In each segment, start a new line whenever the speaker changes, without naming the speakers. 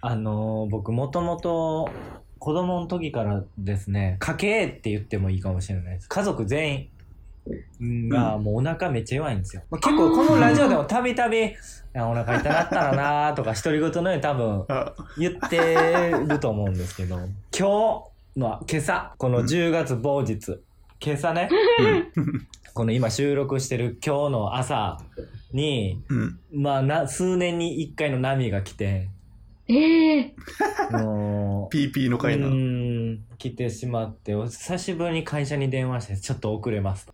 あのー僕もともと子供の時からですね、家系って言ってもいいかもしれないです。家族全員がもうお腹めっちゃ弱いんですよ。まあ、結構このラジオでもたびたび、あお腹痛なったらなーとか独り言のように多分
あ
言ってると思うんですけど、今日の、今朝、この10月某日、今朝ね、
うん
この今収録してる今日の朝に、
うん
まあな、数年に一回の波が来て、
ええ
もう、
PP の
う
回な
ーん、来てしまって、お久しぶりに会社に電話して、ちょっと遅れますと。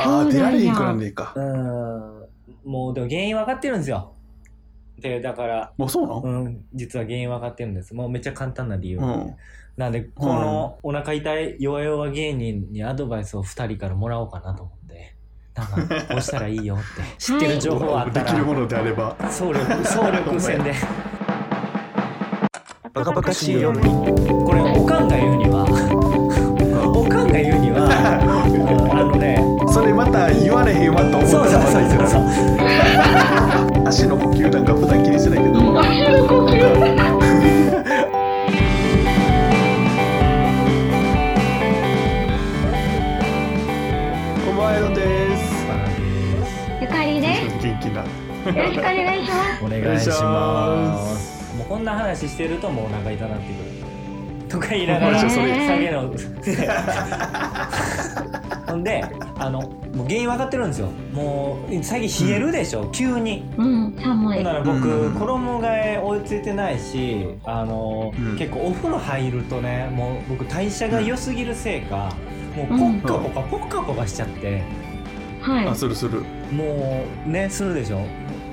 ああ
そう
出
な
ら
ん
れへん
や
くなんでいいか
うーん、もうでも原因分かってるんですよ。で、だから、
もうそうなの
うん、実は原因分かってるんです。もうめっちゃ簡単な理由。
うん
なんで、このお腹痛い弱々芸人にアドバイスを2人からもらおうかなと思って、なんか、こうしたらいいよって、 知ってる情報あった
できる
ら、
ものであれば
総力、 総力戦で。
バカバカしいよ
これ、おかんが言うには、おかんが言う には、あのね、
それまた言われへんわと思った
そうそう
らまた言って
そう
な
そう。
足の呼吸なんか普段気にしてないけど
足の呼吸
小前野です
ゆかりで
元気な
す。よろしくお願いします。
お願いします。もうこんな話してるともうお腹痛なってくる。とか言いながら、
マジ
下
それ
げの。ほんで、あの、もう原因分かってるんですよ。もう、最近冷えるでしょ、急に。
うん、寒
ほん
い。
な
あ
ら僕、
うん
衣替え追いついてないし、あの、
うん
結構お風呂入るとね、もう僕代謝が良すぎるせいか、もうポッカポカポッカポカしちゃって、
はい
あ。するする
もうね、するでしょ。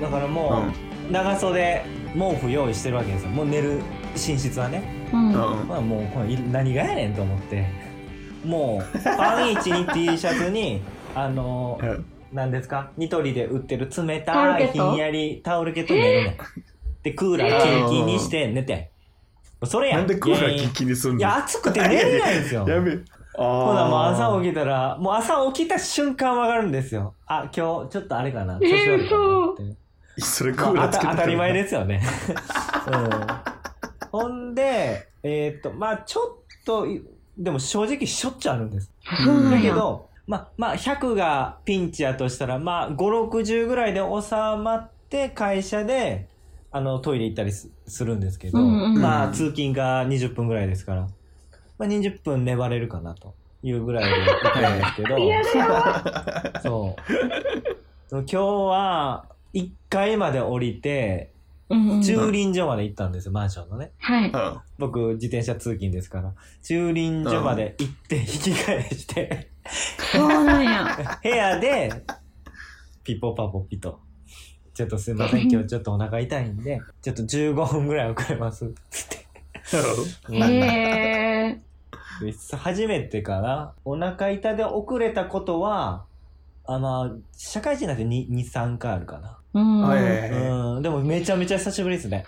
だからもう、
う
長袖毛布用意してるわけですよもう寝る寝室はね、
うん。
ん
は
まあ、もうこれい何がやねんと思ってもうパンイチに T シャツ にあの
うん
何ですかニトリで売ってる冷た
タ
い
オルケッ
ひ
ト
んやりタオルケットに寝るねんでクーラーキンキンにして寝てそれや
なんでクーラーキン
い
キンにするの
や暑くて寝れないんですよ
やべあ
ほ
ほ
なもう朝起きたら、もう朝起きた瞬間わかるんですよ。あ、今日ちょっとあれかな。
えー
調子悪いかなって
きそれク
ま
ー
あ
ラ
あ
ーつけ
た
て
当たり前です よね。うん、ほんで、えーっと、まあちょっとい、でも正直しょっちゅうあるんです。
そうな
だ
ん
け
や。
ど、まあ、まあ、100がピンチやとしたら、まあ、5、60ぐらいで収まって、会社で、あの、トイレ行ったりすするんですけど、
うんうん
まあ、通勤が20分ぐらいですから、まあ、20分粘れるかなというぐらいで行ったんですけど、
嫌だよ。
そう。そう今日は、1階まで降りて、
うんうん。
駐輪場まで行ったんですよ、マンションのね。
はい。
うん
僕、自転車通勤ですから。駐輪場まで行って、引き返して、
そうなん や。
部屋で、ピポパポピと。ちょっとすいませ ん、今日ちょっとお腹痛いんで、ちょっと15分ぐらい遅れます。つって。
へえ。
で初めてかな。お腹痛で遅れたことは、あまあ、社会人なんて2、2 3回あるかな。
うん。
はいはい
男
はい
うん、でもめちゃめちゃ久しぶりですね。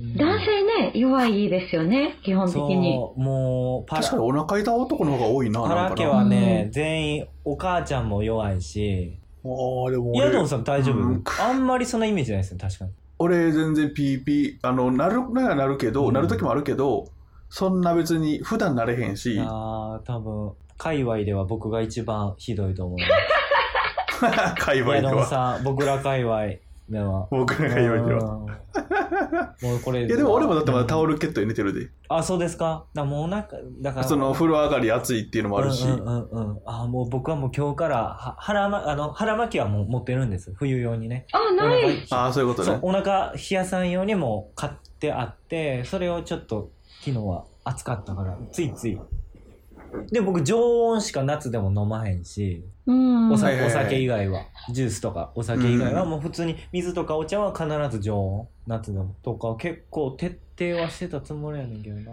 うん
性ね、弱いですよね、基本的に。
そう、もう、パ
確かにお腹痛い男の方が多いな
カ
な
ラ
ん
家
か
は
な
ね、
う
全員お母ちゃんも弱いし、
あーでも
いやで
俺
もさん大丈夫、
うん
あんまりそんなイメージないですね、確かに。
俺全然 PP あのなるならなるけど、
うん
なる時もあるけどそんな別に普段なれへんし
ああ、多分、界隈では僕が一番ひどいと思う。
界
いや
隈で
でも
は
さん、僕ら界隈では。
僕ら界隈では
は。もうこれ。
いやでも俺もだってまだタオ
ル。
ルケットに寝てるで
あ、そうですか。だからもうなんか、だから。
そのお風呂上がり暑いっていうのもあるし、
うんうんうんうん。あー、もう僕はもう今日から、は腹ま、あの、腹巻きはもう持ってるんです。冬用にね。
あ、
お腹
ない。
ああそういうこと
そう
ね、
お腹冷やさん用にも買ってあって、それをちょっと昨日は暑かったから、ついつい。で、僕常温しか夏でも飲まへんし、
うん。
お
さ
酒
はいはいはい
お酒以外は、ジュースとかお酒以外はもう普通に水とかお茶は必ず常温、夏でもとか結構徹底はしてたつもりやねんけどな。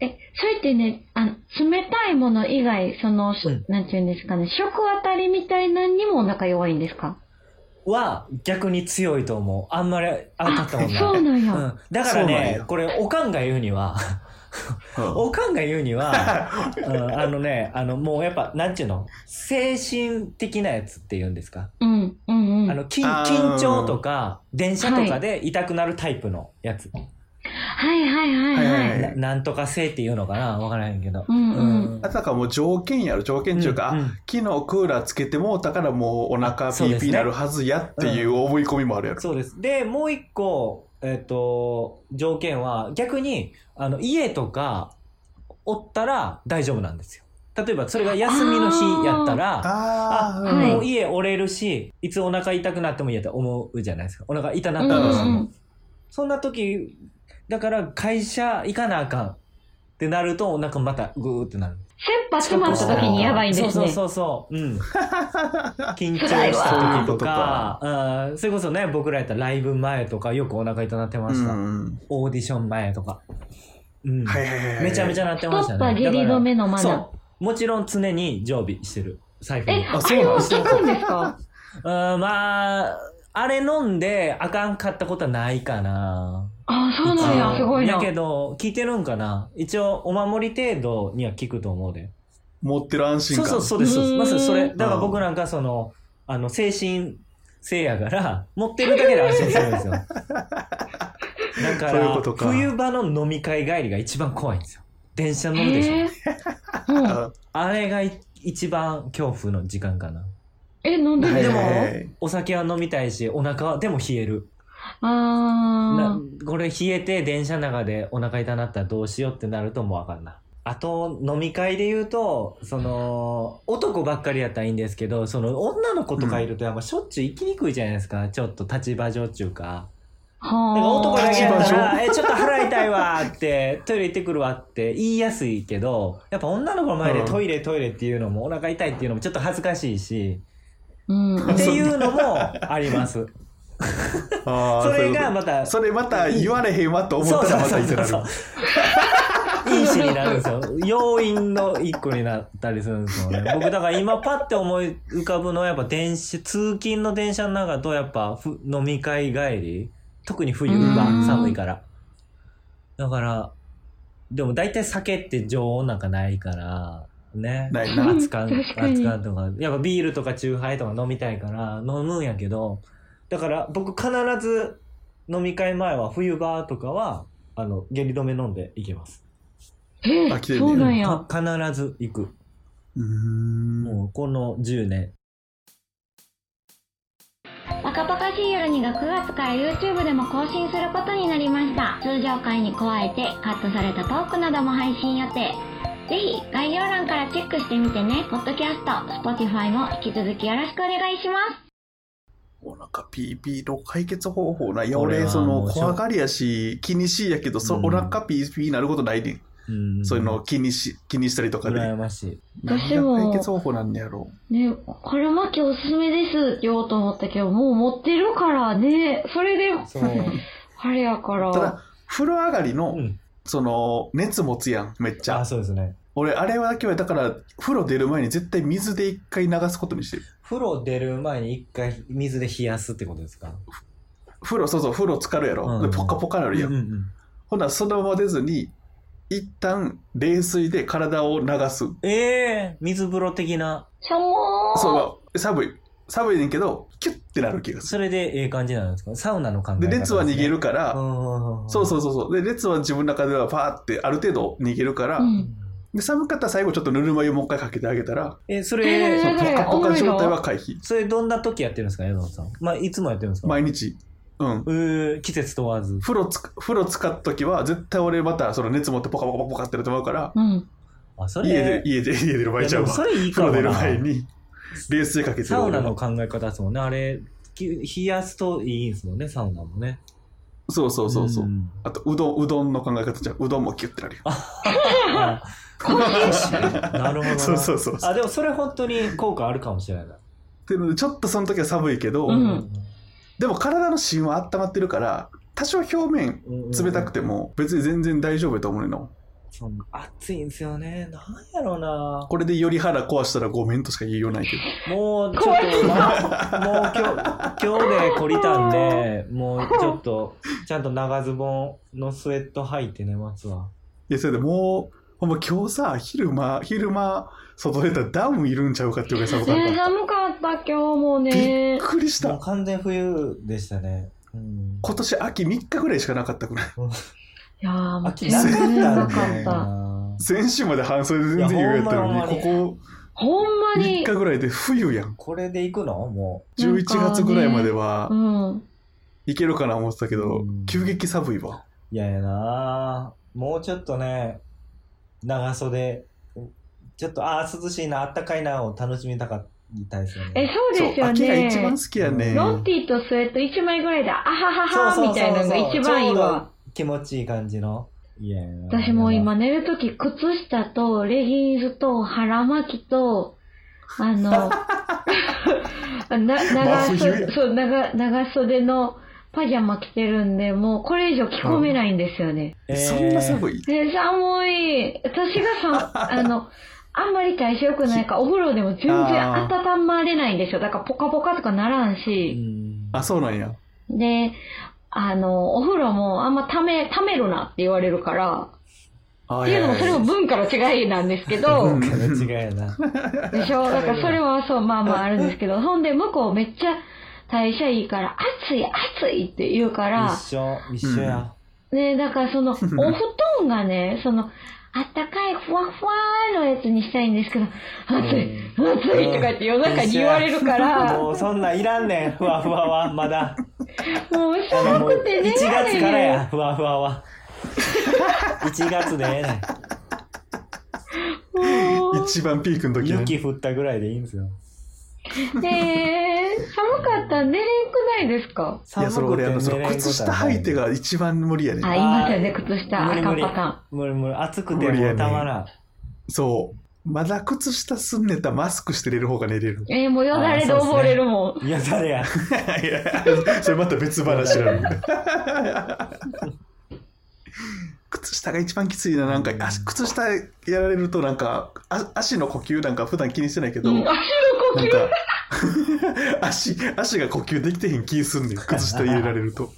え、それってね、あの、冷たいもの以外、その、
うん
なんていうんですかね、食あたりみたいなのにもお腹弱いんですか
は逆に強いと思う。あんまり当たったもんない。
そうなんや。
うん、だか
そ
ら
うなん
ね
や、
これ、おかんが言うに は、
うん
おかんが言うには、 うんあのね、あの、もうやっぱ、なんちゅうの、精神的なやつって言うんですか、
うん、うん、う
あ
ん。
の緊、
あー
緊張とか、電車とかで痛くなるタイプのやつ。
はいはいはいはい。
はい
ななんとか性っていうのかなわからへんけど。
うんうん。
あとかもう条件やろ条件っていうか、
うん
あ
うん
昨日クーラーつけてもうたからもうお腹
あ
ピ
そう
ー
です
ピ
ね
ーなるはずやっていう思い込みもあるやろ、
そうです。で、もう一個、えっ、と、条件は、逆に、あの、家とか、おったら大丈夫なんですよ。例えば、それが休みの日やったら、あ
あーうん
もう家折れるし、いつお腹痛くなってもいいやと思うじゃないですか。お腹痛な
う
っ
んう
た
だ
と
ろ
しても。
ん
そんな時、だから会社行かなあかんってなると、お腹またグーってなる。
切羽詰まった時にやばいんですね。
そうそうそうそう。 うん。緊張
辛い
した
わ
時とか、うん、それこそね、僕らやったらライブ前とかよくお腹痛なってま
う
した。
ん
オーディション前とか。うん。
はいはいはいはい
めちゃめち
ゃ
ゃなってまし
太
た
っ
ね。
た下痢止めの
だ
マ
から
ナー。
そう。もちろん常に常備してる。財布に。
え、
うん
あ
あ
そう
れ
なん
は
ですね
効くんですか
まあ、あれ飲んであかんかったことはないかな。
あ、そうなん
一応
や、すごいな。
やけど、聞いてるんかな一応、お守り程度には聞くと思うで。
持ってる安心
そう
感
そう、そうです。そうです
うーん
まさにそれ。だから僕なんか、その、あの、精神性やから、持ってるだけで安心するんですよ。 だか
そういう
ら、
ことか
冬場の飲み会帰りが一番怖いんですよ。電車乗るでしょ。
えー、うん
あ
あれがい一番恐怖の時間かな。
え、飲んで
は
る
い
で
で
も
も、
はい、
お酒は飲みたいし、お腹は、でも冷える。な
あ
これ冷えて電車の中でお腹痛なったらどうしようってなるともうわかんない。あと飲み会で言うとその男ばっかりやったらいいんですけどその女の子とかいるとやっぱしょっちゅう行きにくいじゃないですか、ちょっと立場上っちゅうか
ー。
なんか男だけやった
立場
ら「えちょっと払いたいわ」って「トイレ行ってくるわ」って言いやすいけどやっぱ女の子の前で
うん
トイレトイレっていうのもお腹痛いっていうのもちょっと恥ずかしい し、
うん。
ん
っていうのもあります。
あー
そ
そうい
れ
うこと
がまた
それまた言われへんわと思ったらまた痛な
そうそうそ
る
うそう。因子になるんですよ。要因の一個になったりするんですよ ね。僕だから今パッて思い浮かぶのはやっぱ電車、通勤の電車の中とやっぱふ飲み会帰り、特に冬
う
は
ん
寒いから。だから、でも大体酒って常温なんかないから、ね。
ないな
熱燗、
確かに
熱燗とか、やっぱビールとかチューハイとか飲みたいから飲むんやけど、だから僕必ず飲み会前は冬場とかは、あの、下痢止め飲んで行けます。
えー
あ来てんねや
そうなんや
か。必ず行く。
うーん
もうこの10年。
バカバカしい夜にが9月から YouTube でも更新することになりました。通常回に加えてカットされたトークなども配信予定。ぜひ概要欄からチェックしてみてね。ポッドキャスト、Spotify も引き続きよろしくお願いします。
お腹ピーピーの解決方法ないや
これは
俺その
もうしょ
怖がりやし気にしいやけど、そ
うん
お腹ピーピーなることないねん、
うん。
そういうのを気にし気にしたりとかで、
羨ましい。
何
私
が
も
解決方法なんねやろ
ね、これ巻きおすすめですよと思ったけど、もう持ってるからね。それで、
そう。
あれやから。
ただ風呂上がりの、
うん。
その熱持つやんめっちゃ
あ、そうですね。
俺あれはだけはだから風呂出る前に絶対水で一回流すことにしてる
風呂出る前に一回水で冷やすってことですか
風呂そうそう風呂浸かるやろ、
うん
でポカポカなるや
う
ん、
んうん
ほなそのまま出ずに一旦冷水で体を流す
うんええ水風呂的な、
しょもー。
そう寒い寒いねんけどキュッてなる気がする
それでええ感じなんですかサウナの感じ
で、熱は逃げるから、そう
う
そうそうそう。で、熱は自分の中ではパーってある程度逃げるから、
うん。
で、寒かったら最後ちょっとぬるま湯もう一回かけてあげたら、
え、そ
えー
れ、
そ
そう
ポカポ
おもろ
カ
いな
状態は回避。
それどんな時やってるんですか、矢野さん。まあ、いつもやってるんですか
毎日。うん。
えー、季節問わず。
風呂つく、風呂使った時は、絶対俺またその熱持ってポカポカポカポカってなると思うから、
うん。
あ、それ、
家で、家で、家出る場合ちゃう
いやでもそ
わ。
れいい
風
か
呂
も
出る
な。
前に、冷水かけて
サウ
る
ナ
俺
の
は。
考え方ですもんね。あれ、き冷やすといいんですもんね、サウナもね。
そうそうそうそう。
ん
あと、うどん、うどんの考え方じゃんうどんもキュッてなるよ。
あなるほどな。
そうそうそう。っ
あ、でもそれ本当に効果あるかもしれないな。
ていうので、ちょっとその時は寒いけど、
うん
でも体の芯は温まってるから、多少表面冷たくても別に全然大丈夫やと思うねんの
そう暑いんですよね。なんやろうな。
これでより腹壊したらごめんとしか言いようないけど
もうちょっと、まもう今日、今日で懲りたん で、もうちょっと、ちゃんと長ズボンのスウェット履いて寝ますわ。
いやそれでもうほんま今日さ昼間昼間外出たらダウンいるんちゃうかっていうか寒かっ
ね、
た
寒かった今日も
びっ
ね。
くりし
もう
た
完全冬でしたね。うん。
今年秋3日ぐらいしかなかったくらい
え
いやー、もう
秋
全
なかった
然な
か
かった。
先週まで半袖で全然余裕やった
いや
の
ほん
に
ま
こ
ほんま
こ3日、
に
ぐらいで冬やん
これで行くのも
11月ぐらいまでは
うん。
いけるかな思ってたけど、
うん
急激寒いわ
う、嫌やなもうちょっとね、長袖、ちょっと、ああ、涼しいな、あったかいなを楽しみたかったですよ
え、
ね。
そうですよ
秋が
ね。
一番好きやね
ロンティーとスウェット1枚ぐらいで、あはははみたいなのが一番い
ちょ
いわ。。
うど気持ちいい感じの。嫌やな
私もう今寝るとき、靴下と、レギンスと、腹巻きと、あ の、な長
真冬
袖、そう、長、長袖のパジャマ着てるんで、もうこれ以上着込めないんですよ ね。
えー
そんな寒い
えー寒い。私がさ、 あの、あんまり代謝良くないから、お風呂でも全然
あー
温まれないんですよ。だからポカポカとかならん
う
し。
ん
あそうなんや
で、あの、お風呂もあんまため、ためるなって言われるから、
あ
っていうのも
い
そ
やい
れ
や
も
いや
文化の違いなんですけど、
文化の違いやな。
でしょだからそれはそう、まあまああるんですけど、ほんで向こうめっちゃ代謝いいから、暑い暑いって言うから、
一緒、一緒や。
ね、だからその、お布団がね、その、あったかいふわふわのやつにしたいんですけど、暑い、暑いとかって夜中に言われるから、
もうそんなんいらんねん、ふわふわは、まだ。
もう寒くて
1
寝
月
られ
から
へん
や、。ふわふわは。1月でええねん。
もう
一番ピークの時 ね
雪降ったぐらいでいいんですよ。
ねえ寒かったら寝れんくないですか
いやそれ俺あのその靴下履いてが一番無理やね
あ、言いますよね、靴下、
無理
赤
無理
パターン。
無理無理暑くてもうたまらん。
そうまだ靴下すんねたらマスクしてれる方が寝れ る
えーもうよだれで溺れるもん。
いや誰や。
いやそれまた別話なので靴下が一番きついななんかあ靴下やられるとなんかあ足の呼吸なんか普段気にしてないけど、
うん足の
なんか
呼吸
足足が呼吸できてへん気すんねん靴下入れられると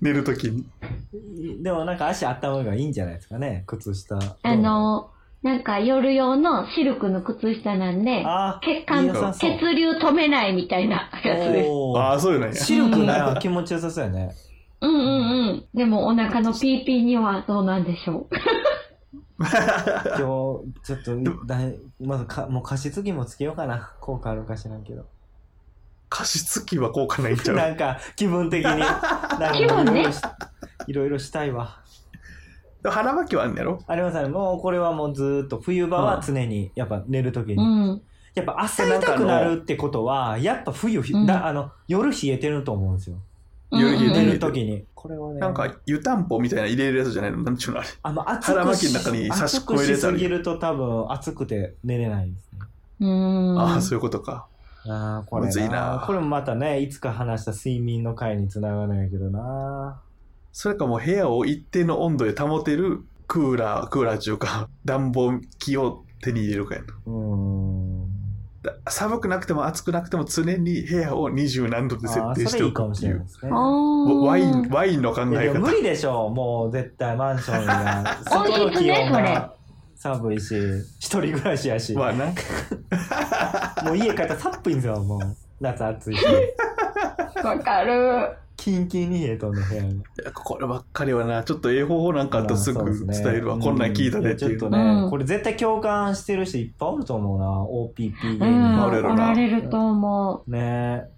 寝るときに
でもなんか足あったまがいいんじゃないですかね、靴下。
あ、の、なんか夜用のシルクの靴下なんで、
あ
血管、
良さ
血
そう
流止めないみたいなやつです。
お
あ
ー
あそうなんや
シルクな気持ちよさそうやね。
うんうんうん。でもお腹のピーピーにはどうなんでしょう。
今日、ちょっと、だいまずか、もう加湿器もつけようかな。効果あるか知らんけど。
加湿器は効果ないんちゃう
なんか、気分 的に。なんか
気分ね
いろいろしたいわ。
でも腹巻きはあんねやろ
ありません。もうこれはもうずーっと、冬場は常に、やっぱ寝るときに。
うん。
やっぱ汗たくなるってことは、やっぱ冬、
ん
だあの夜冷えてると思うんですよ。
夜
うんうんうん
寝るときに。これをね、
なんか湯たんぽみたいな入れるやつじゃないのなんちゅうのあれ
あの暑
腹
く
巻き
し
の中に差し
暑
込
く
まれ
し
た
す
り
ぎると多分暑くて寝れないですね。
うん。
ああそういうことか
ああ、これ
むずいな
これもまたね、いつか話した睡眠の回につながるんやけどな。
それかもう部屋を一定の温度で保てるクーラークーラー中か暖房機を手に入れるかやな
うーん。
だ寒くなくても暑くなくても常に部屋を二十何度で設
ああ
定し
そ
て
れい
お
いか
く
も
っ
してれ
い
ないで
う
すね。
おー
ワインワインの考
いや
え
でも無
方
理でしょう、もう絶対マンション が。
温室ね
外の気温が寒いし、一人暮らしやし。
まあな
もう家帰ったら寒いんですよ、もう。夏暑いし。
わかる。
キンキンに冷えとんの部屋が。
こればっかりはなちょっとええ方法なんかあったらす
まあそ
ぐ
うです
伝
ね
えるわ、こんなん聞いたでって
ちょ
い
っ
う、
とね、
うん
これ絶対共感してる人いっぱいおると思うな OPP
う
芸
ん。
人
あるやろ
お
な
られると思
ねえ
う。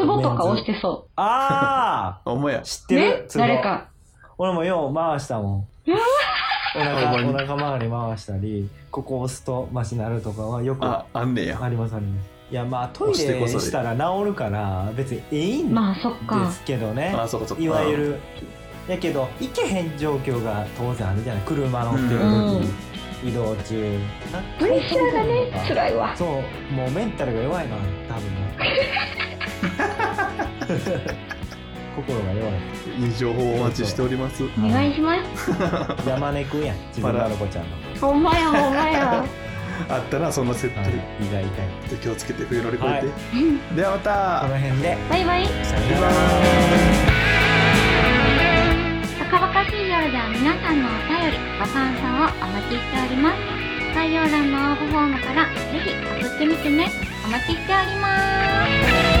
ツボとか押してそ
あ
お前や
ー知っ
う。
てる
ね
ツボ
誰か。
俺もよう回したもん
うわ
お
あ
腹
ほん
お
ま
腹周り回したりここ押すとマシになるとかはよくあ
ああんねや
りますありますいやまあトイ
押してこ
レ
そで
したら治るから別にいいんで
まあそっか。
すけどね
あそうかそうか
いわゆるやけど行けへん状況が当然あるじゃない車乗ってる時、移動中
プレッシャーがね、
い
辛いわ。
そうもうメンタルが弱いな多 分な心が弱い
いい情報をお待ちしております
お願いします。
山根くんや自分の子ちゃんの、
ほんまやほんまや。
あったらその設定、
はい、意外痛い
で気をつけて冬乗り越え
は
て、ではまた
この辺で
バイバイ。
さよなら
バカバカしい夜では皆さんのお便り、ご感想をお待ちしております。概要欄の応募フォームからぜひ送ってみてね。お待ちしております。